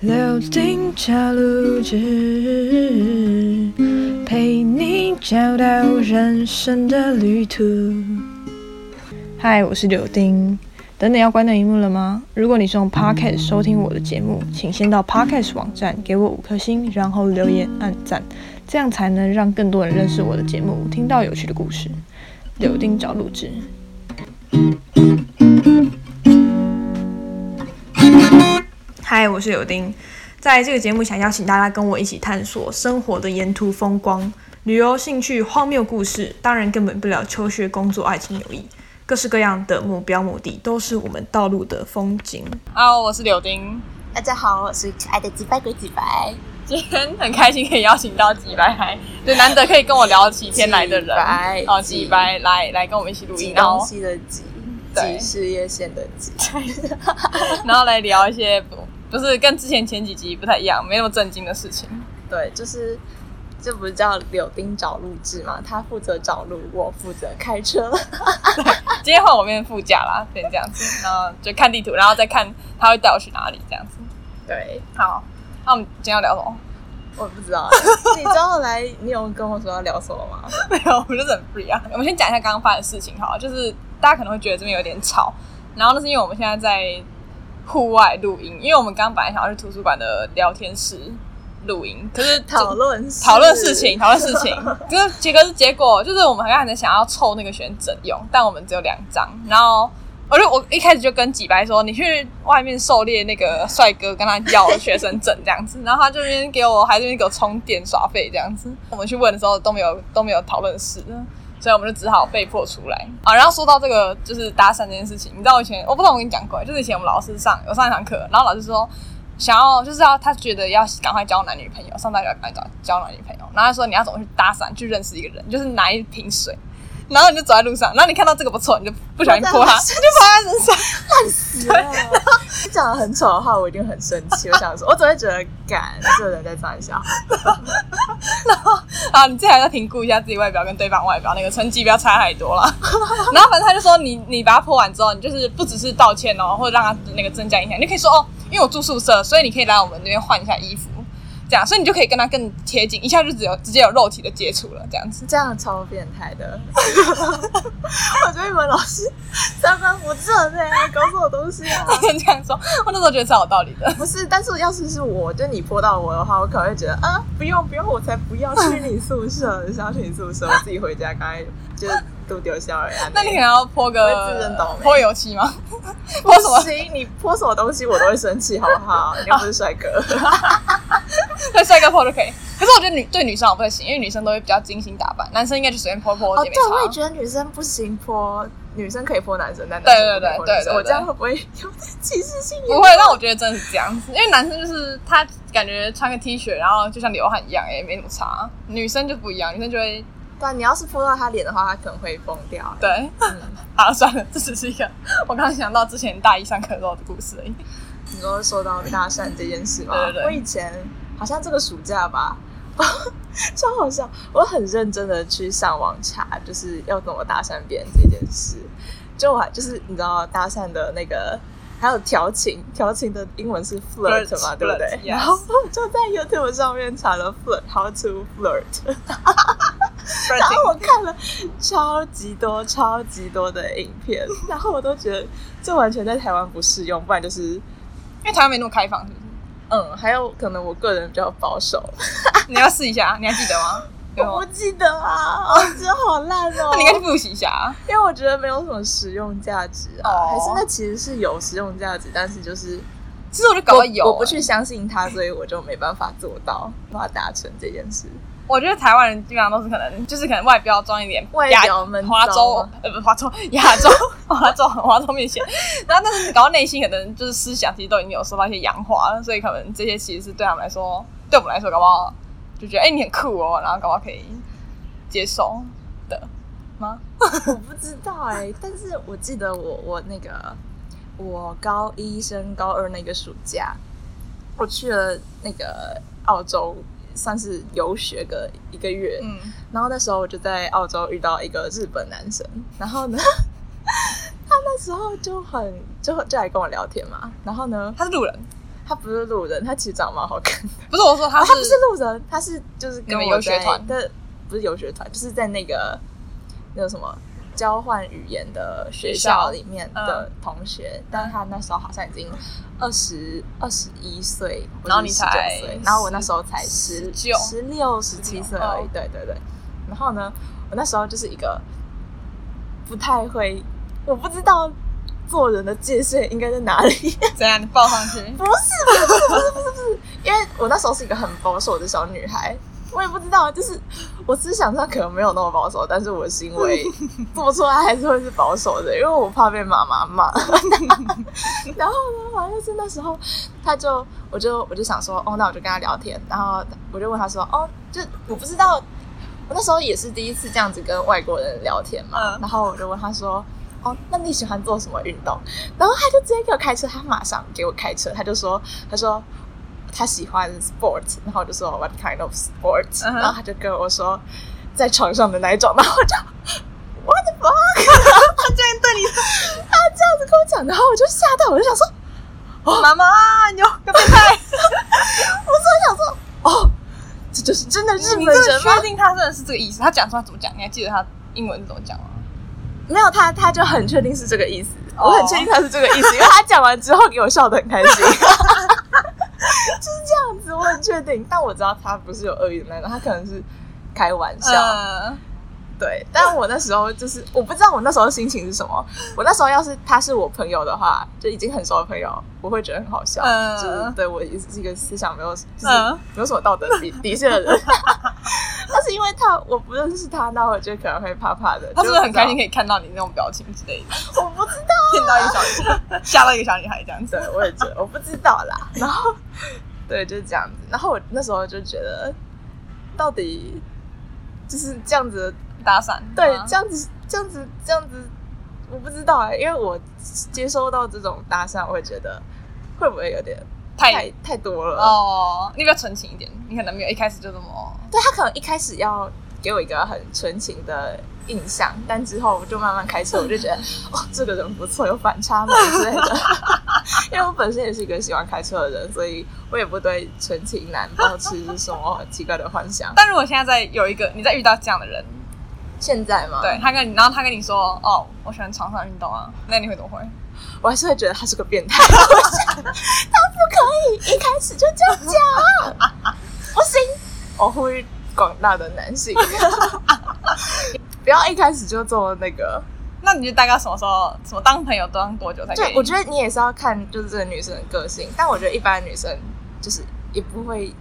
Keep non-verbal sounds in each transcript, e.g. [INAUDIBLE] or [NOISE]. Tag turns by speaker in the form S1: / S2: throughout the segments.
S1: 流进茶炉汁，陪你找到人生的旅途。嗨，我是柳丁。等等要关掉荧幕了吗？如果你是用 Podcast 收听我的节目，请先到 Podcast 网站给我五颗星，然后留言按赞，这样才能让更多人认识我的节目，听到有趣的故事。柳丁找录制。嗨，我是柳丁。在这个节目，想邀请大家跟我一起探索生活的沿途风光、旅游兴趣、荒谬故事，当然根本不了求学、工作、爱情、友谊，各式各样的目标目的，都是我们道路的风景。Hello，我是柳丁，
S2: 大家好，我是可爱的几百鬼几百，
S1: 今天很开心可以邀请到几白来，就难得可以跟我聊起天来的人
S2: 几白，
S1: 哦，几白来来跟我们一起录
S2: 挤
S1: 音，然
S2: 东
S1: 后
S2: 西的挤，
S1: 对
S2: 挤事业线的挤。
S1: 然后来聊一些不不是跟之前前几集不太一样，没那么震惊的事情。
S2: [LAUGHS] 对，就是这不是叫柳丁找路志吗？他负责找路，我负责开
S1: [LAUGHS]
S2: 车。
S1: 今天换我变副驾啦，变这样子，然后就看地图，然后再看他会带我去哪里这样子。
S2: 对，
S1: 好，那我们今天要聊什么？
S2: 我不知道，欸你知道来，你有跟我说要聊什么
S1: [LAUGHS]
S2: 吗？
S1: 没有，我们就是很 free 啊。我们先讲一下刚刚发生的事情好了，就是大家可能会觉得这边有点吵，然后那是因为我们现在在户外录音，因为我们刚刚本来想要去图书馆的聊天室录音，可是
S2: 讨论
S1: 讨论事情，，讨论事情，就是结果是结果，就是我们好像还在想要凑那个选整用，但我们只有两张。然后我就我一开始就跟几白说，你去外面狩猎那个帅哥，跟他要学生证这样子。然后他这边给我，还这边给我充电耍费这样子。我们去问的时候都没有都没有讨论事。所以我们就只好被迫出来啊。然后说到这个就是搭讪这件事情，你知道我以前我不知道我跟你讲过，就是以前我们老师上有上一堂课，然后老师说想要就是要他觉得要赶快交男女朋友，上大学要赶快交交男女朋友，然后他说你要怎么去搭讪去认识一个人，就是拿一瓶水。然后你就走在路上，然后你看到这个不错，啊你就不小心泼
S2: [LAUGHS]
S1: 他，
S2: 泼在他
S1: 就泼他身上。
S2: [LAUGHS] 对，你讲的很丑的话，我一定很生气。我想说，我只会觉得，干，这个人在装笑。
S1: 啊，你最好要评估一下自己外表跟对方外表那个成绩不要差太多了。 [LAUGHS] 然后反正他就说你你把它泼完之后，你就是不只是道歉哦，或者让他那个增加印象，你就可以说哦，因为我住宿舍，所以你可以来我们那边换一下衣服，这样，所以你就可以跟他更贴近，一下就只有直接有肉体的接触了，这样子。 [LAUGHS]
S2: 这样超变态的。 [LAUGHS] 我觉得你们老师三观不正哎、搞什么东西啊？
S1: 这样说，我那时候觉得超有道理
S2: [LAUGHS]
S1: 的。
S2: 不是，但是要是是我，就你泼到我的话，我可能会觉得啊，不用不用，我才不要去你宿舍，想要去你宿舍，我自己回家，刚才就是都丢笑了呀。
S1: [LAUGHS] 那你可能要泼
S2: 我会自认倒
S1: 个
S2: 霉
S1: 泼油漆吗？ [LAUGHS]
S2: 不
S1: 泼什么？
S2: 行，你泼什么东西我都会生气，好不好？你又不是
S1: [LAUGHS] 哦
S2: 帅哥，
S1: 对，帅哥泼就可以。可是我觉得女对女生我不太行，因为女生都会比较精心打扮，男生应该就随便泼泼
S2: 哦，
S1: 也没
S2: 对，我也
S1: 差。
S2: 觉得女生不行泼，女生可以泼男生，但男生不可以泼女
S1: 对对对对
S2: 生。我
S1: 对
S2: 这样会不会有点歧视性言论？
S1: 不会，但我觉得真的是这样子，因为男生就是他感觉穿个 T 恤，然后就像流汗一样，也没什么差。女生就不一样，女生就会
S2: 对啊，你要是泼到他脸的话，他可能会疯掉。嗯
S1: 对。啊，算了，这只是一个我刚刚想到之前大一上课的时候的故事而
S2: [LAUGHS]
S1: 已。
S2: 你都说到搭讪这件事吗？
S1: 对对对
S2: 我以前好像这个暑假吧， [LAUGHS] 超好笑，我很认真的去上网查，就是要怎么搭讪别人这件事。就我还就是你知道搭讪的那个，还有调情，调情的英文是 flirt
S1: Flirt，
S2: 嘛，对不对
S1: flirt，yes
S2: 然后我就在 YouTube 上面查了 flirt，how to flirt。然后我看了超级多、超级多的影片，然后我都觉得这完全在台湾不适用，不然就是
S1: 因为台湾没那么开放，是不是？
S2: 嗯，还有可能我个人比较保守，
S1: 你要试一下，你还记得
S2: [LAUGHS]
S1: 吗？有
S2: 我
S1: 吗
S2: 不？记得啊，我觉得好烂哦。
S1: [LAUGHS] 那你应该去复习一下啊。
S2: 因为我觉得没有什么实用价值啊，
S1: 哦
S2: 还是那其实是有实用价值，但是就是
S1: 其实我就搞得有、啊
S2: 我，我不去相信它，所以我就没办法做到，无法达成这件事。
S1: 我觉得台湾人基本上都是可能，就是可能外表装一点
S2: 外
S1: 亚
S2: 表闷骚
S1: 华州
S2: 吗
S1: 呃不华州 [LAUGHS] 亚洲华州华州面线，然后但是你搞到内心可能就是思想其实都已经有受到一些洋化了，所以可能这些其实是对他们来说，对我们来说搞不好就觉得哎、你很酷哦，然后搞不好可以接受的吗？
S2: 我不知道哎、但是我记得我我那个我高一升高二那个暑假，我去了那个澳洲，算是游学个一个月，
S1: 嗯，
S2: 然后那时候我就在澳洲遇到一个日本男生，然后呢， [LAUGHS] 他那时候就很就就来跟我聊天嘛，然后呢，
S1: 他是路人，
S2: 他不是路人，他其实长得蛮好看的。
S1: 不是我说他
S2: 啊
S1: 是
S2: 他不是路人，他是就是
S1: 你
S2: 跟
S1: 们
S2: 我
S1: 游学
S2: 在
S1: 团
S2: 的，不是游学团，就是在那个那个什么交换语言的学
S1: 校
S2: 校里面的同学，但是他那时候好像已经二十二十一岁，或者
S1: 然后你
S2: 19
S1: 才
S2: 岁然后我那时候才
S1: 十
S2: 十
S1: 九哦
S2: 十六十七岁而已，对对对。然后呢，我那时候就是一个不太会，我不知道做人的界限应该在哪里。
S1: 怎样？你报上去？
S2: 不是，不是，不是，不是，不是，因为我那时候是一个很保守的小女孩，我也不知道，就是我思想上可能没有那么保守，但是我的行为做出来还是会是保守的，因为我怕被妈妈骂。然后呢，反正就是那时候，他就我就我就想说，哦，那我就跟他聊天，然后我就问他说，哦，就我不知道，我那时候也是第一次这样子跟外国人聊天嘛，
S1: 嗯
S2: 然后我就问他说。哦，那你喜欢做什么运动？然后他就直接给我开车，他马上给我开车，他就说，他说他喜欢 sport，然后我就说 what kind of sport，、
S1: 嗯哼
S2: 然后他就跟我说在床上的那一种，然后我就 what the fuck，
S1: 他居然对你
S2: 他这样子跟我讲，然后我就吓到，我就想说，哦
S1: 妈妈，你又变
S2: [LAUGHS]
S1: 态！
S2: 我真的想说，哦，这就是真的日
S1: 你
S2: 本
S1: 真的
S2: 人吗
S1: 确？定他真的是这个意思？他讲出来怎么讲？你还记得他英文是怎么讲吗？
S2: 没有，他他就很确定是这个意思，
S1: 哦
S2: 我很确定他是这个意思，因为他讲完之后给我笑得很开 [LAUGHS] 心。就是这样子，我很确定，但我知道他不是有恶意的那种，他可能是开玩笑。呃
S1: 嗯，
S2: 对，但我那时候就是我不知道我那时候心情是什么。我那时候要是他是我朋友的话，就已经很熟的朋友，我会觉得很好笑。
S1: 嗯
S2: 就是对我也是一个思想
S1: [LAUGHS]
S2: 没有，就是
S1: 嗯
S2: 没有什么道德底底线
S1: [LAUGHS]
S2: 的人。但是因为他我不认识他，那我就可能会怕怕的。
S1: 他是不是很开心可
S2: 就
S1: 以看到你那种表情之类的，
S2: 不知道？我不知道，
S1: 骗到一个小女孩，吓到一个小女孩这样子？
S2: 对我也觉得我不知道啦。然后对，就是这样子。然后我那时候就觉得，到底就是这样子的
S1: 搭讪，
S2: 对，
S1: 吗
S2: 这样子，这样子，这样子，我不知道哎、因为我接收到这种搭讪，我会觉得会不会有点
S1: 太
S2: 太太多了？，
S1: 哦，你比较纯情一点，你可能没有一开始就这么。
S2: 对他可能一开始要给我一个很纯情的印象，但之后我就慢慢开车，我就觉得哦，这个人不错，有反差萌之类的。因为我本身也是一个喜欢开车的人，所以我也不对纯情男抱持什么奇怪的幻想
S1: 但如果现在在有一个你在遇到这样的人，
S2: 现在嘛，
S1: 对他跟你，然后他跟你说，哦，我喜欢床上运动啊，那你会怎么回？
S2: 我还是会觉得他是个变 [LAUGHS] 态。我觉得他不可以一开始就这样讲，不行！我呼吁广大的男性，不要一开始就做那个。
S1: 那你就大概什么时候，什么当朋友当多久才可
S2: 对
S1: 以？，
S2: 我觉得你也是要看，就是这个女生的个性。但我觉得一般的女生就是也不会，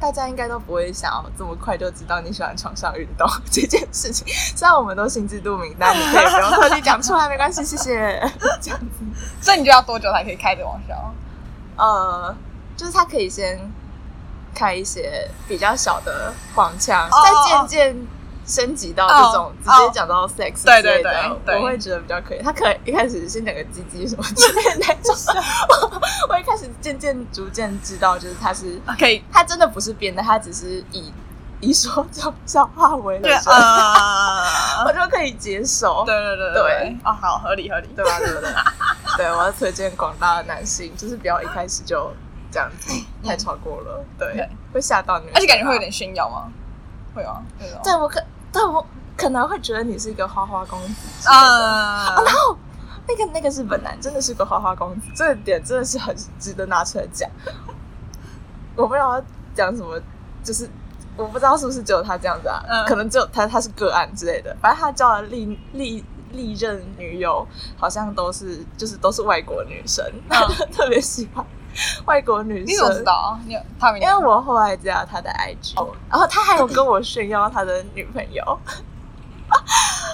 S2: 大家应该都不会想要这么快就知道你喜欢床上运动这件事情。虽然我们都心知肚明，但你可以不用特地讲出来，没关系，谢谢。这样子。
S1: 所以你就要多久才可以开这个玩笑？
S2: 呃，就是他可以先开一些比较小的黄腔
S1: 哦
S2: 再渐渐升级到
S1: 哦
S2: 这种、直
S1: 哦
S2: 接讲到 sex 之
S1: 对对
S2: 类的，
S1: 对对
S2: 我会觉得比较可以。他可能一开始先讲个鸡鸡什么之类
S1: [LAUGHS]
S2: 的那 [LAUGHS] 种，我我一开始渐渐逐渐知道，就是他是
S1: 可以，
S2: 他真的不是编的，他只是以以说这种笑话为乐
S1: 对，，
S2: 我
S1: 呃，
S2: 就可以接受。
S1: 对对对对
S2: 对，
S1: 哦，好，合理合理。
S2: 对吧？对不对？对，我要推荐广大的男性，就是不要一开始就这样子，太超过了，嗯对
S1: 对，
S2: 会吓到你，
S1: 而且感觉会有。点炫耀吗？会吗？那种
S2: 对我可，对我可能会觉得你是一个花花公子啊。
S1: 啊，
S2: 然后那个那个日本男真的是个花花公子，这点真的是很值得拿出来讲。我不知道要讲什么，就是我不知道是不是只有他这样子啊，
S1: 嗯
S2: 可能只有他他是个案之类的。反正他交的历历历任女友好像都是就是都是外国女生，他
S1: 嗯
S2: 就 [LAUGHS] 特别喜欢外国女生。
S1: 你怎么知道？哦啊？你有他没
S2: 因
S1: 讲？
S2: 为我后来知道他的 IG，、然后他还有跟我炫耀他的女朋友，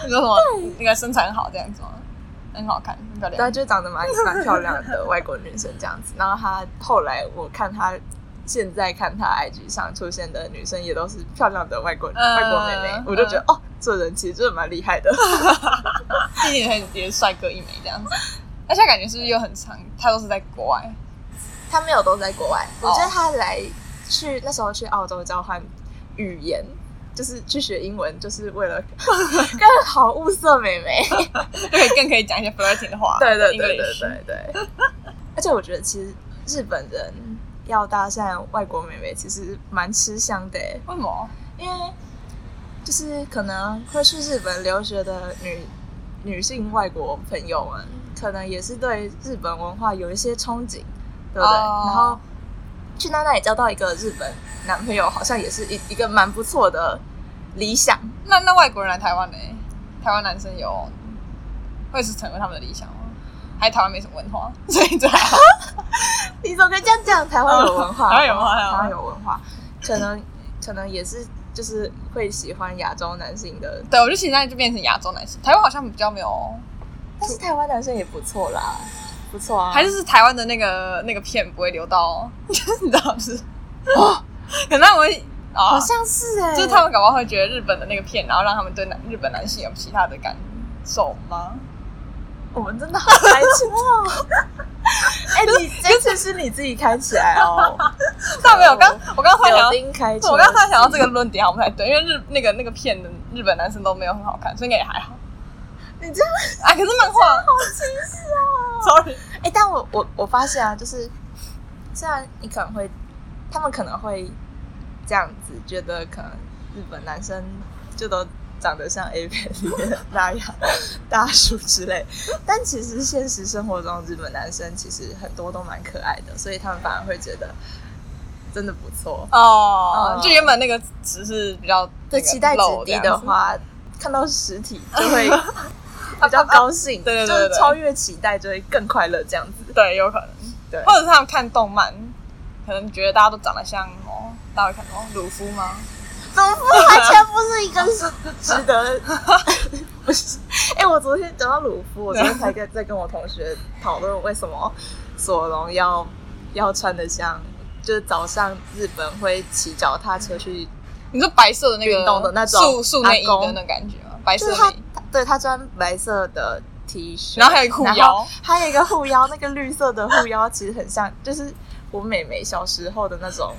S1: 你说什么？那个身材很好这样子吗？很好看，很漂
S2: 对啊，
S1: 亮。
S2: 就长得蛮蛮漂亮的外国女生这样子。然后她后来我看她现在看她 IG 上出现的女生也都是漂亮的外国、
S1: 嗯
S2: 外国妹妹，我就觉得、哦，这人其实真的蛮厉
S1: [LAUGHS]
S2: 害的。 [LAUGHS]
S1: 毕竟也也是帅哥一枚这样子，而且感觉是不是又很长？他都是在国外， [LAUGHS]
S2: 她没有都在国外，我
S1: 哦
S2: 觉得她来去那时候去澳洲交换语言。就是去学英文，就是
S1: [LAUGHS]
S2: 为了更好物色妹妹。
S1: 就可以更可以讲一些 flirting 的话。
S2: 对对对对
S1: English
S2: 对对。而且我觉得其实日本人要搭讪外国妹妹，其实蛮吃香的欸，
S1: 为什么？
S2: 因为就是可能会去日本留学的女女性外国朋友们，可能也是对日本文化有一些憧憬，对不对
S1: 哦
S2: 然后去到那里交到一个日本男朋友，好像也是一一个蛮不错的理想。
S1: 那那外国人来台湾呢？台湾男生有会是成为他们的理想吗？还是台湾没什么文化， [LAUGHS] 所以这还好。
S2: 你怎么可以这样讲？ [LAUGHS] 台湾有文化，
S1: 台湾有文化
S2: 台湾有文化，可能可能也是就是会喜欢亚洲男性的，
S1: [LAUGHS] 对，我就现在就变成亚洲男生，台湾好像比较没有，
S2: 但是台湾男生也不错啦，不错啊，
S1: 还是是台湾的那个那个片不会流到， [LAUGHS] 你知道是？可能他们会啊，
S2: 哦好像是哎、
S1: 就是他们搞不好会觉得日本的那个片，然后让他们对男日本男性有其他的感受吗？
S2: 我们真的好开心
S1: [LAUGHS]
S2: 哦！哎、你这次是你自己开起来
S1: [LAUGHS]
S2: 哦，
S1: 但没有，刚我刚刚突然想
S2: 柳
S1: 到，
S2: 丁开车，
S1: 啊我刚刚突然想到这个论点好像不太对，因为日那个那个片的日本男生都没有很好看，所以应该也还好。
S2: 你这样
S1: 啊，可是漫画好
S2: 歧视哦。
S1: ，sorry，
S2: 哎、但我我我发现啊，就是虽然你可能会，他们可能会这样子觉得，可能日本男生就都长得像 A 片里面的那样大叔之类，但其实现实生活中日本男生其实很多都蛮可爱的，所以他们反而会觉得真的不错。
S1: 哦
S2: 哦
S1: 就原本那个只是比较
S2: 对，
S1: 那个
S2: 期待值
S1: 漏这
S2: 低
S1: 样
S2: 的
S1: 子，
S2: 话，看到实体就会 [LAUGHS] 比较高兴，
S1: 对对对
S2: 就是
S1: 对对
S2: 超越期待就会更快乐这样子。
S1: 对，有可能，
S2: 对
S1: 或者是他们看动漫，可能觉得大家都长得像哦，大家会看哦，鲁夫吗？
S2: 怎么 [LAUGHS] 完全不是一个是值得？ [LAUGHS] 不是，哎、我昨天讲到鲁夫，我昨天 [LAUGHS] 才跟在跟我同学讨论为什么索隆要要穿的像，就是早上日本会骑脚踏车去，
S1: 你说白色的那个
S2: 运动的那种
S1: 素素内衣
S2: 阿公
S1: 的那种感觉吗？白
S2: 就
S1: 色
S2: 是
S1: 内
S2: 他
S1: 衣，
S2: 他对他穿白色的 T 恤，
S1: 然后还有一个裤
S2: 然后
S1: 腰，
S2: 还有一个护腰，那个绿色的护腰其实很像，就是我妹妹小时候的那种，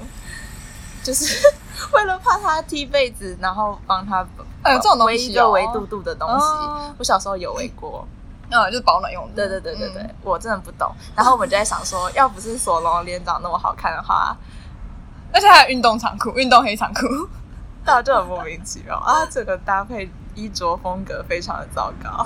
S2: 就是 [LAUGHS] 为了怕她踢被子，然后帮她
S1: 哎有这种东西哦
S2: 围一个围肚肚的东西。
S1: 哦
S2: 我小时候有围过，
S1: 嗯，就是保暖用的。
S2: 对对对对对，
S1: 嗯
S2: 我真的不懂。然后我们就在想说，要不是索隆脸长那么好看的话，
S1: 而且还有运动长裤、运动黑长裤，
S2: 大家就很莫名
S1: [LAUGHS]
S2: 其妙啊，整个搭配衣着风格非常的糟
S1: [LAUGHS]
S2: 糕，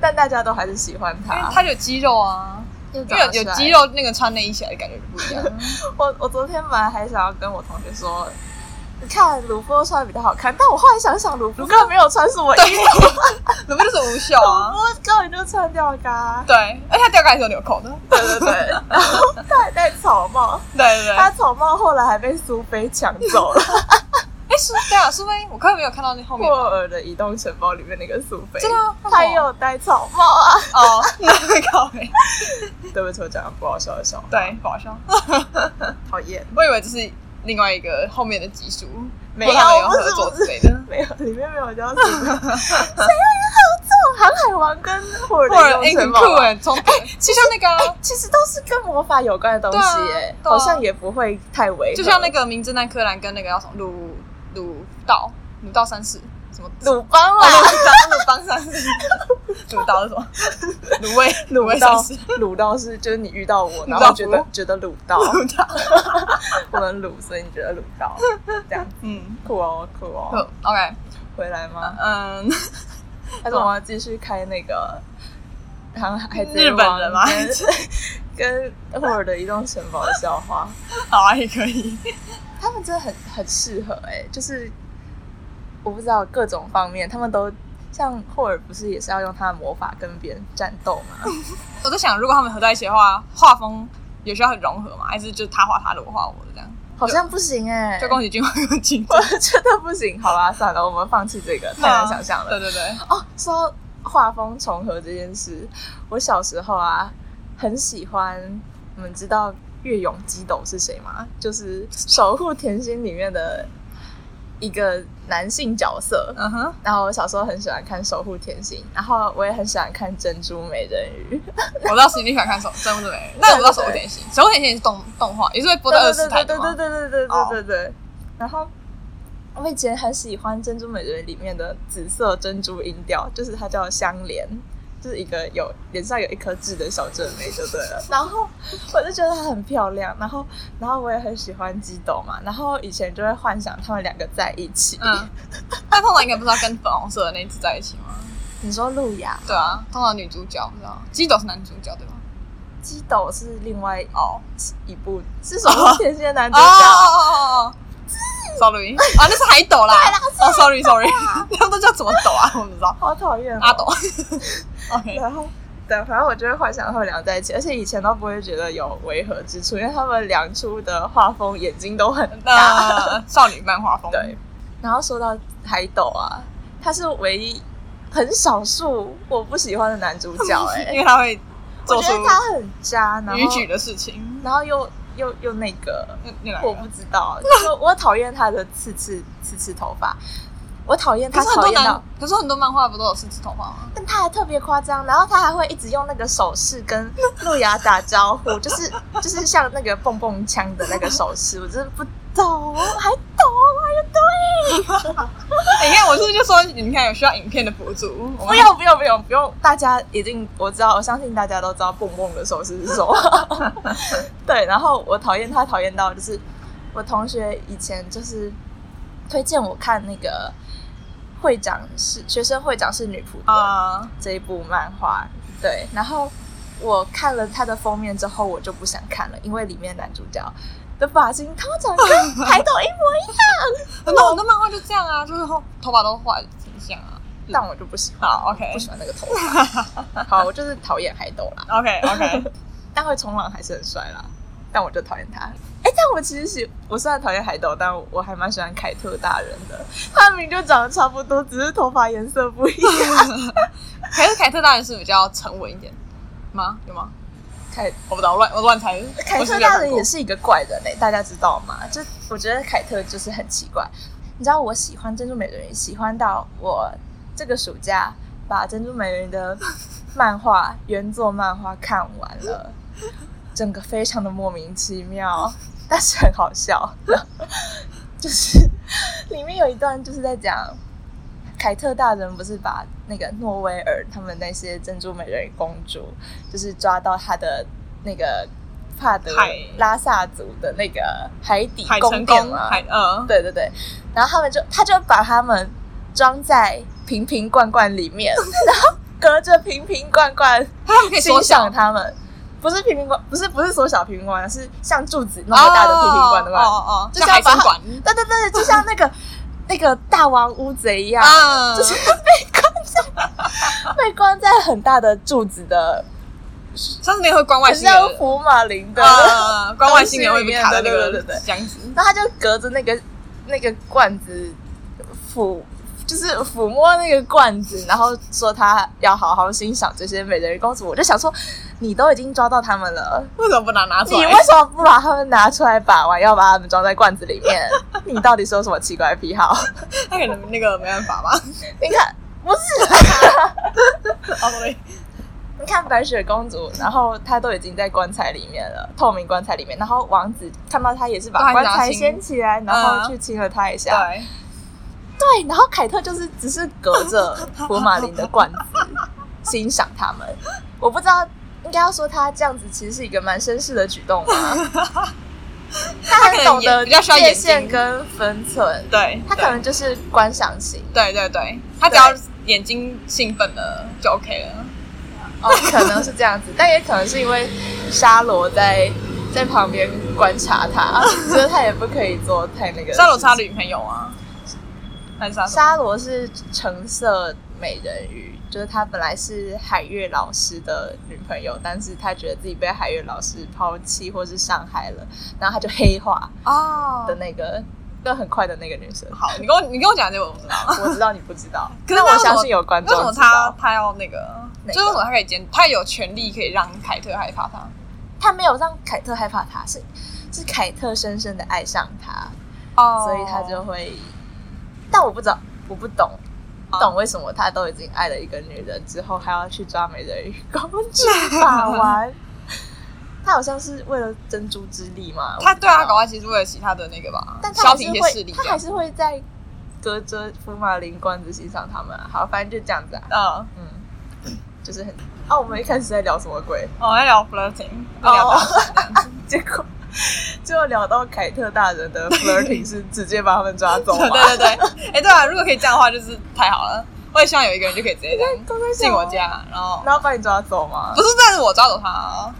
S2: 但大家都还是喜欢
S1: 因为
S2: 他，
S1: 它有肌肉啊，
S2: 因
S1: 因为有有肌。肉，那个穿内衣起来的感觉就不一样。 [LAUGHS]
S2: 我我昨天本来还想要跟我同学说，你看鲁波穿的比较好看，但我后来想想，鲁波根本没有穿什么衣服，
S1: 鲁夫就是无袖
S2: 鲁
S1: 啊，
S2: 波根本就穿吊嘎，
S1: 对，而且它吊带是有纽扣的，
S2: 对
S1: [LAUGHS]
S2: 对对，然后他还戴草帽，
S1: 对对对。
S2: 他草帽后来还被苏菲抢走
S1: [LAUGHS]
S2: 了，
S1: 哎，苏对啊，苏菲，我刚才没有看到那后面
S2: 霍尔的移动城堡里面那个苏菲，
S1: 真的吗
S2: 他也有戴草帽啊，
S1: 哦， [LAUGHS] 那个靠背，
S2: 对不起，我讲了不好笑的笑话，
S1: 对，不好笑。
S2: 讨厌。
S1: 我以为这是另外一个后面的集数，
S2: 没有
S1: 或他们有合作之类的。
S2: 没有，里面没有叫苏菲， [LAUGHS] 谁要有合作？航海王跟霍尔
S1: [LAUGHS]
S2: 的
S1: 或
S2: 移
S1: 者哎，很
S2: 动城堡
S1: 酷
S2: 啊
S1: 哎，从就像那个 [LAUGHS]
S2: 哎、
S1: 啊，
S2: 其实都是跟魔法有关的东西、
S1: 对啊
S2: 哎、
S1: 对啊
S2: 好像也不会太违和。
S1: 就像那个名侦探柯南跟那个叫什么鲁鲁道鲁道三世什么
S2: 鲁啊邦
S1: 哦，
S2: 啦，
S1: 鲁鲁邦三世， [LAUGHS] 鲁道是什么？鲁味
S2: 鲁
S1: 味三
S2: 道
S1: 世，
S2: 鲁道是就是你遇到我，
S1: 鲁道
S2: 然后觉得
S1: 夫
S2: 觉得鲁道，
S1: 鲁道，
S2: [LAUGHS] 我们鲁，所以你觉得鲁道，这样
S1: 嗯，
S2: 酷哦酷
S1: 酷
S2: 哦，
S1: ，OK，
S2: 回来吗？
S1: 嗯， [LAUGHS]
S2: 还是我们要继续开那个？航海贼
S1: 日本人吗
S2: 王跟 [LAUGHS] 跟霍尔的移动城堡的笑话，
S1: 好啊，也可以，
S2: 他们真的很很适合哎、就是我不知道各种方面，他们都像霍尔不是也是要用他的魔法跟别人战斗吗？
S1: 我在想，如果他们合在一起的话，画风有需要很融合吗？还是就他画他的，我画我的这样？
S2: 好像不行哎、
S1: 就宫崎骏画宫崎骏，
S2: 我觉得不行，好吧， [LAUGHS] 算了，我们放弃这个，太难想象
S1: 对
S2: 了。
S1: 对 [LAUGHS] 对，
S2: 哦，说到画风重合这件事，我小时候啊很喜欢，你们知道月勇基斗是谁吗？就是《守护甜心》里面的一个男性角色。
S1: 嗯哼，
S2: 然后我小时候很喜欢看《守护甜心》，然后我也很喜欢看《珍珠美人鱼》
S1: 我当时你想看手真不是没，那我不知道手点心，手点心也是动动画，也是会播到二十台的
S2: 对对
S1: 吗？
S2: 对对对对对对对。然后我以前很喜欢《珍珠美人鱼》里面的紫色珍珠音调，就是它叫香莲，就是一个有脸上有一颗痣的小正妹就对 [LAUGHS] 了。然后我就觉得她很漂亮，然后然后我也很喜欢激斗嘛，然后以前就会幻想他们两个在一起。
S1: 嗯，但通常应该不是要跟粉红色的那一只在一起吗？
S2: 你说路亚，
S1: 对啊，通常女主角不知道，基斗是男主角对吧？
S2: 激斗是另外
S1: 哦
S2: 一部是什么天蝎男主
S1: 哦
S2: 角？
S1: 哦哦哦，sorry 啊，那是海斗啦，
S2: 啊
S1: 哦，sorry sorry，他 [LAUGHS] 们都叫怎么斗啊？我不知道，
S2: 好讨厌、哦、
S1: 阿斗。OK，
S2: 然后，对，反正我就会幻想他们俩在一起，而且以前都不会觉得有违和之处，因为他们两出的画风眼睛都很大。
S1: 那少女漫画风，
S2: 啊对，然后说到海斗啊，他是唯一很少数我不喜欢的男主角、
S1: 因
S2: 哎，
S1: 为他会
S2: 我
S1: 做
S2: 觉
S1: 出
S2: 得他很渣，然后
S1: 逾矩的事情。
S2: 然后又又又那个，
S1: 那那哪
S2: 我
S1: 个
S2: 不？知 [LAUGHS] 道，就是我讨厌他的刺刺刺刺头发，我讨厌
S1: 可
S2: 他
S1: 是很
S2: 讨
S1: 多
S2: 厌到
S1: 男，，可是很多漫画不都有四只头发 [LAUGHS] 吗？
S2: 但他还特别夸张，然后他还会一直用那个手势跟路亚打招呼，就是就是像那个蹦蹦枪的那个手势，我真的不懂，还啊懂还就对，
S1: 哎你看，我是不是就说，你看有需要影片的辅助，我
S2: 不
S1: 们
S2: 用不用不用不用，大家一定我知道，我相信大家都知道蹦蹦的手势是什么，对，然后我讨厌他讨厌到就是我同学以前就是推荐我看那个会长是学生会长是女仆的。
S1: 啊，
S2: 这一部漫画，对，然后我看了它的封面之后，我就不想看了，因为里面男主角的发型通常跟海斗一模一样，
S1: 很多很多漫画就这样啊，就是后头发都坏形象啊。
S2: 但我就不喜欢，
S1: 好，OK
S2: 不喜欢那个头发。好，我就是讨厌海斗啦， [LAUGHS]
S1: OK OK，
S2: 但会冲浪还是很帅啦，但我就讨厌他。哎，但我其实喜，我虽然讨厌海斗，但我还蛮喜欢凯特大人的，他明明就长得差不多，只是头发颜色不一 [LAUGHS] 样。
S1: 可是 [LAUGHS] 凯特大人是比较沉稳一点吗？有吗？
S2: 凯
S1: 我不知道，我乱我乱猜。
S2: 凯
S1: 我是
S2: 特
S1: 没有
S2: 大
S1: 看
S2: 人
S1: 过
S2: 也是一个怪人嘞、大家知道吗？就我觉得凯特就是很奇怪。你知道我喜欢珍珠美人鱼，喜欢到我这个暑假把珍珠美人鱼的漫画原作漫画看完了，整个非常的莫名其妙，但是很好笑。就是 [LAUGHS] 里面有一段就是在讲凯特大人不是把那个诺威尔他们那些珍珠美人鱼公主，就是抓到他的那个帕德
S1: 海
S2: 拉萨族的那个海底
S1: 海
S2: 宫
S1: 成
S2: 殿
S1: 功，
S2: 嘛，
S1: 海呃，
S2: 对对对，然后他们就他就把他们装在瓶瓶罐罐里
S1: [LAUGHS]
S2: 面，然后隔着瓶瓶罐罐
S1: 他们可以
S2: 欣
S1: 缩小
S2: 赏他们。不是瓶瓶罐，不是不是缩小瓶瓶罐，是像柱子那么大的瓶瓶罐罐。
S1: 哦哦哦，
S2: 就
S1: 像
S2: 像
S1: 海
S2: 把
S1: 参馆
S2: 对对对，就像那个 [LAUGHS] 那个大王乌贼一样，
S1: 啊，
S2: 就是被关在很大的柱子的，
S1: 像是那个会关外
S2: 很 [LAUGHS]
S1: 星人
S2: 像福马林的。
S1: 啊，关外星人会被卡在那
S2: 对对
S1: 个
S2: 对对对
S1: 箱子。
S2: 那他就隔着那个那个罐子抚，就是抚摸那个罐子，然后说他要好好欣赏这些美人鱼公主。我就想说，你都已经抓到他们了，
S1: 为什么不拿拿
S2: 你
S1: 出来？
S2: 为什么不把他们拿出来把玩，要把他们装在罐子里面？你到底是有什么奇怪的癖好？ [LAUGHS]
S1: 他可能那个没办法吧。
S2: 你看，不是。
S1: 哦，对，
S2: 你看白雪公主，然后她都已经在棺材里面了，透明棺材里面，然后王子看到她也是
S1: 都
S2: 把
S1: 还
S2: 棺
S1: 拿
S2: 材
S1: 亲
S2: 掀起来，然后去亲了她一下。
S1: 对，
S2: 对，然后凯特就是只是隔着福马林的
S1: [LAUGHS]
S2: 罐子欣赏他们。我不知道，应该要说她这样子其实是一个蛮绅士的举
S1: [LAUGHS]
S2: 动吧。她
S1: 可能
S2: 很懂
S1: 也
S2: 得
S1: 比较需要
S2: 界
S1: 眼
S2: 限
S1: 睛
S2: 跟分寸，
S1: 对，
S2: 她可能就是观赏型。
S1: 对对对，他只要眼睛兴奋了就 OK 了。
S2: 哦，可能是这样子，但也可能是因为沙罗在在旁边观察他，所以他也不可以做太那个。
S1: 哦沙罗他，女朋友啊，还是沙罗？
S2: 沙罗是橙色美人鱼，就是他本来是海月老师的女朋友，但是他觉得自己被海月老师抛弃或是伤害了，然后他就黑化
S1: 哦
S2: 的那个，就很快的那个女生。
S1: 好，你跟我你跟我讲这个我不知道。
S2: 我知道你不知道，
S1: 哦 [LAUGHS] 可是
S2: 但
S1: 那
S2: 我
S1: 为什么
S2: 相信有观
S1: 为
S2: 众
S1: 什么
S2: 知
S1: 他
S2: 道
S1: 他要那个？
S2: 哪个
S1: 就是为什么他可以监？他有权利可以让凯特害怕他？
S2: 他没有让凯特害怕他，是是凯特深深的爱上他。
S1: 哦
S2: 所以他就会，但我不知道，我不懂，不懂为什么他都已经爱了一个女人之后，还要去抓美人鱼公主把玩。他好像是为了珍珠之力嘛，
S1: 他对啊，搞
S2: 完，
S1: 外其实为了其他的那个吧，
S2: 但他
S1: 消
S2: 还
S1: 平一
S2: 是
S1: 些势
S2: 会，
S1: 力这
S2: 他还
S1: 样。
S2: 是会在隔着福马林罐子欣赏他们啊。好，反正就这样子啊。
S1: 嗯，
S2: 嗯，就是很啊，我们一开始在聊什么鬼？
S1: 我在哦聊 flirting，在聊
S2: 哦
S1: 搭讪这样子
S2: 结果结果聊到凯特大人的 flirting 是直接把他们抓走嘛？
S1: 对对对， [LAUGHS] 哎、对啊，如果可以这样的话，就是太好了。我也希望有一个人就可以直接这样
S2: 都在
S1: 进我
S2: 家。
S1: 家，然后
S2: 然后把你抓走吗
S1: 不？是，但是我抓走他、啊。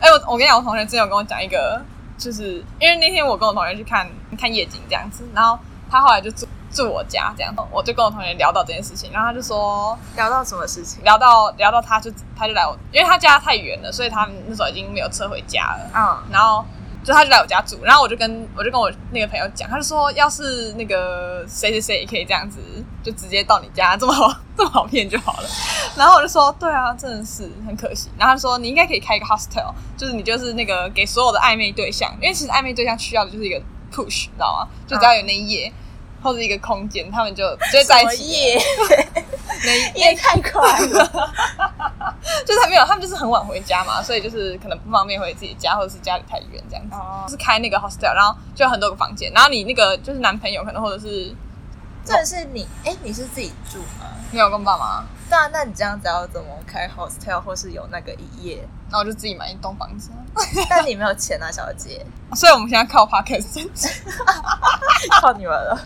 S1: 哎、我我跟你讲，我同学之前有跟我讲一个，就是因为那天我跟我同学去看看夜景这样子，然后他后来就住住我家这样，我就跟我同学聊到这件事情，然后他就说
S2: 聊到什么事情？
S1: 聊到聊到他就他就来我，因为他家太远了，所以他们那时候已经没有车回家了，
S2: 嗯，
S1: 然后。就他就来我家住，然后我就跟我就跟我那个朋友讲，他就说要是那个谁谁谁可以这样子，就直接到你家，这么好这么好骗就好了。然后我就说，对啊，真的是很可惜。然后他说，你应该可以开一个 hostel，就是你就是那个给所有的暧昧对象，因为其实暧昧对象需要的就是一个 push，你知道吗？就只要有那一页、或者一个空间，他们就就会在一
S2: 嗯什么
S1: 起。
S2: 夜
S1: [LAUGHS] 那
S2: [LAUGHS]
S1: 一
S2: 夜太
S1: [LAUGHS]
S2: 快了，
S1: 就是他没有，他们就是很晚回家嘛，所以就是可能不方便回自己家，或者是家里太远这样子。
S2: 哦
S1: 就是开那个 hostel，然后就有很多个房间，然后你那个就是男朋友可能或者是
S2: 这是你哎，你是自己住吗？
S1: 没有跟爸妈，
S2: 对啊，那你这样子要怎么开 hostel 或是有那个一
S1: [LAUGHS]
S2: 夜？
S1: 然后我就自己买一栋房子，
S2: 但你没有钱啊，小姐，
S1: 所以我们现在靠 podcast 挣钱。
S2: 靠你们了。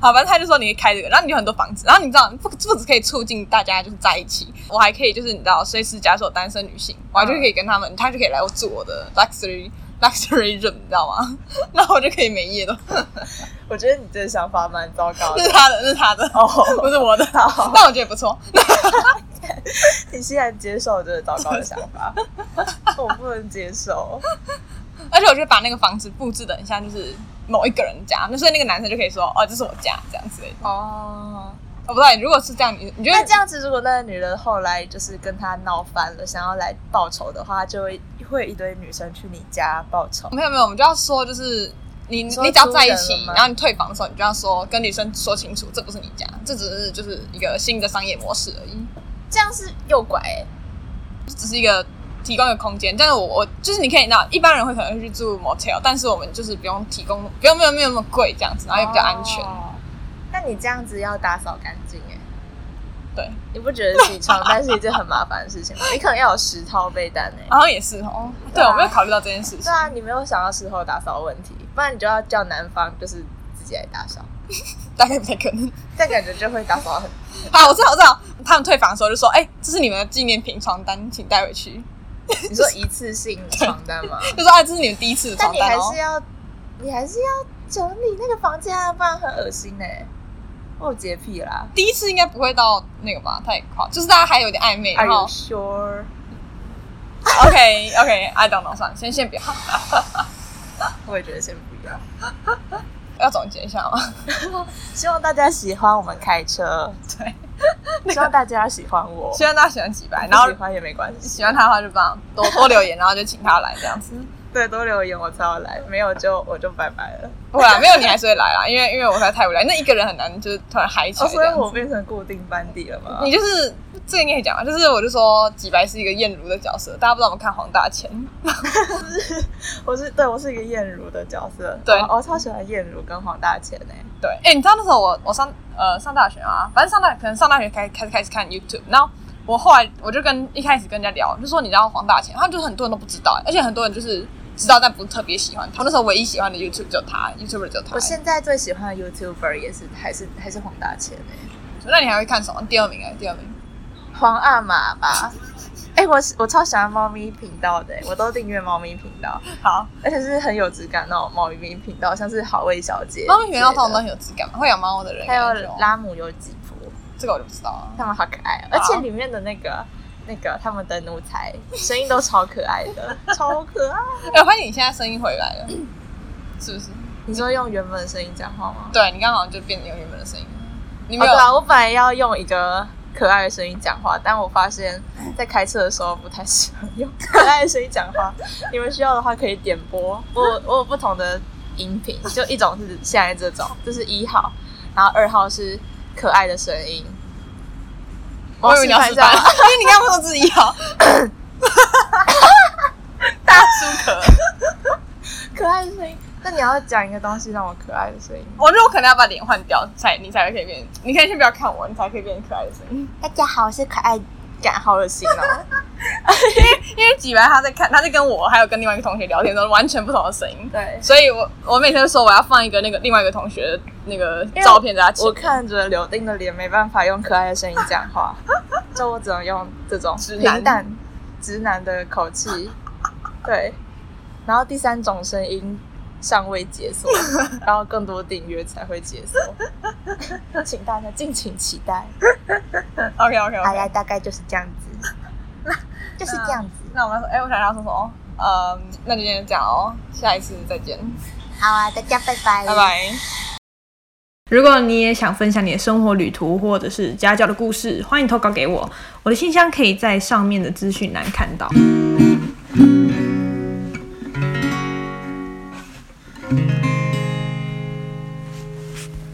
S1: 好，反正他就说你可以开这个，然后你有很多房子，然后你知道不不只可以促进大家就是在一起，我还可以就是你知道随时假设单身女性，我还就可以跟他们，他就可以来我住我的 luxury [LAUGHS] luxury room，你知道吗？ [LAUGHS] 然后我就可以每夜都，
S2: 我觉得你这个想法蛮糟
S1: [LAUGHS]
S2: 糕
S1: 那
S2: 的
S1: 是他的，那是他的， [LAUGHS]
S2: 哦。
S1: 不是我的。
S2: 好，
S1: 但我觉得不错，
S2: 你现在接受这个糟糕的想
S1: [LAUGHS]
S2: 法，我不能接受。
S1: 而且我觉得把那个房子布置的很像就是某一个人家，那所以那个男生就可以说哦，这是我家这样之类的。
S2: 哦，
S1: 我不知道如果是这样，你你觉
S2: 那
S1: 得
S2: 这样子，如果那个女人后来就是跟他闹翻了，想要来报仇的话，就会会一堆女生去你家报仇。
S1: 没有没有，我们就要说就是你你
S2: 你说
S1: 只要在一
S2: 租
S1: 起
S2: 人了，吗
S1: 然后你退房的时候，你就要说跟女生说清楚，这不是你家，这只是就是一个新的商业模式而已，
S2: 这样是诱拐、欸，
S1: 只是一个提供一个空间。但是我我就是你可以那一般人会可能会去住 motel，但是我们就是不用提供，不用没有没有那么贵这样子，然后也比较安全。
S2: 哦那你这样子要打扫干净哎。
S1: 对，
S2: 你不觉得洗床单是一件很麻烦的事
S1: [LAUGHS]
S2: 情吗？你可能要有十套被单哎、
S1: 然后也是哦，对
S2: 对啊
S1: 我没有考虑到这件事情
S2: 对。啊，你没有想到事后打扫问题，不然你就要叫男方就是自己来打扫，
S1: 大概不太可能。
S2: 但感觉就会打扫很。
S1: 好，我知道，我知道。他们退房的时候就说：“哎、这是你们的纪念品床单，请带回去。
S2: 你说一次性床单吗？”
S1: 就说：“哎、这是你们第一次的
S2: 但
S1: 床
S2: 你还
S1: 单哦
S2: 是。要，你还是要整理那个房间啊，不然很恶心哎、我有洁癖啦”。
S1: 第一次应该不会到那个吧？太夸，就是大家还有点暧昧。
S2: Are
S1: 然
S2: you
S1: 后
S2: sure？
S1: OK OK，I、don't know，算了，先先别，
S2: 我也觉得先不要。
S1: 要总结一下嘛。 [LAUGHS]
S2: 希望大家喜欢我们开车，
S1: 哦
S2: [LAUGHS]
S1: 对，
S2: 希望大家喜欢我，
S1: [LAUGHS] 希望大家喜欢几百，
S2: 不
S1: 然后
S2: 喜欢也没关系。
S1: 喜欢他的话就帮多多留言，然后就请他来这样子。
S2: 对，多留言我才要来，没有就我就拜拜了。
S1: 不会啊，没有你还是会来啦，因为因为我实在太无聊，那一个人很难就是突然嗨起
S2: 哦，
S1: 来这
S2: 所以
S1: 样子。嗯
S2: 我变成固定班底了吗？
S1: 你就是这个你也讲吧，就是我就说几白是一个艳茹的角色，大家不知道我们看黄大千，
S2: 我是对我是一个燕如的角色，哦
S1: 对
S2: 我我超喜欢燕如跟黄大千呢、欸
S1: 对，哎、你知道那时候我我上呃上大学啊，反正上大可能上大学开开始开始看 YouTube，然后我后来我就跟一开始跟人家聊，就说你知道黄大千，他就是很多人都不知道，而且很多人就是知道但不是特别喜欢他。我那时候唯一喜欢的 YouTube 就他，YouTuber 就他
S2: 我。现在最喜欢的 YouTuber 也是还是还是黄大千欸呢、
S1: 那你还会看什么？第二名啊，第二名。
S2: 黄阿玛吧。哎、我我超喜欢猫咪频道的、我都订阅猫咪频道，
S1: 好，
S2: 而且是很有质感那种猫咪频道，像是好味小姐之类的、
S1: 猫咪学校通常都很有质感嘛，会养猫的人
S2: 还有
S1: 感觉就
S2: 拉姆有几夫，
S1: 这个我就不知道啊。
S2: 他们好可爱、哦，而且里面的那个那个他们的奴才声音都超可爱的， [LAUGHS] 超可爱。
S1: 哎、我发现你现在声音回来了，是不是？
S2: 你说用原本的声音讲话吗？
S1: 对你刚好像就变成有原本的声音了，你
S2: 哦，
S1: 没有、
S2: 对啊，我本来要用一个可爱的声音讲话，但我发现在开车的时候不太适合用 [LAUGHS] 可爱的声音讲话。你们需要的话可以点播，我我有不同的音频，就一种是现在这种，这是一号，然后二号是可爱的声音。
S1: 我以为你要
S2: 示
S1: 示
S2: 范
S1: 范，
S2: 一下
S1: 因为你刚刚说自己好
S2: [LAUGHS] 大叔可可爱的声音，那你要讲一个东西让我可爱的声音。
S1: 我觉得我可能要把脸换掉，才你才会可以变。你可以先不要看我，你才可以变成可爱的声
S2: [LAUGHS]
S1: 音。
S2: 大家好，我是可爱感，好恶心哦。
S1: 因为几白他在看，他在跟我还有跟另外一个同学聊天，都是完全不同的声音。
S2: 对，
S1: 所以我我每天都说我要放一个那个另外一个同学的那个
S2: 因为
S1: 照片在他前
S2: 我
S1: 面
S2: 看着柳丁的脸，没办法用可爱的声音讲
S1: [LAUGHS]
S2: 话，就我只能用这种
S1: 直男
S2: 平淡直男的口气。对，然后第三种声音尚未解锁，然后更多订阅才会解锁，请大家敬请期
S1: [LAUGHS]
S2: 待。
S1: OK OK
S2: 大
S1: OK，
S2: 概大概就是这样
S1: [LAUGHS]
S2: 子，就是这样子。
S1: 那我们说，哎、我想要说什么？嗯，那就今天这样哦，下一次再见，
S2: 好啊，大家拜拜，
S1: 拜。拜。如果你也想分享你的生活旅途或者是家教的故事，欢迎投稿给我，我的信箱可以在上面的资讯栏看到。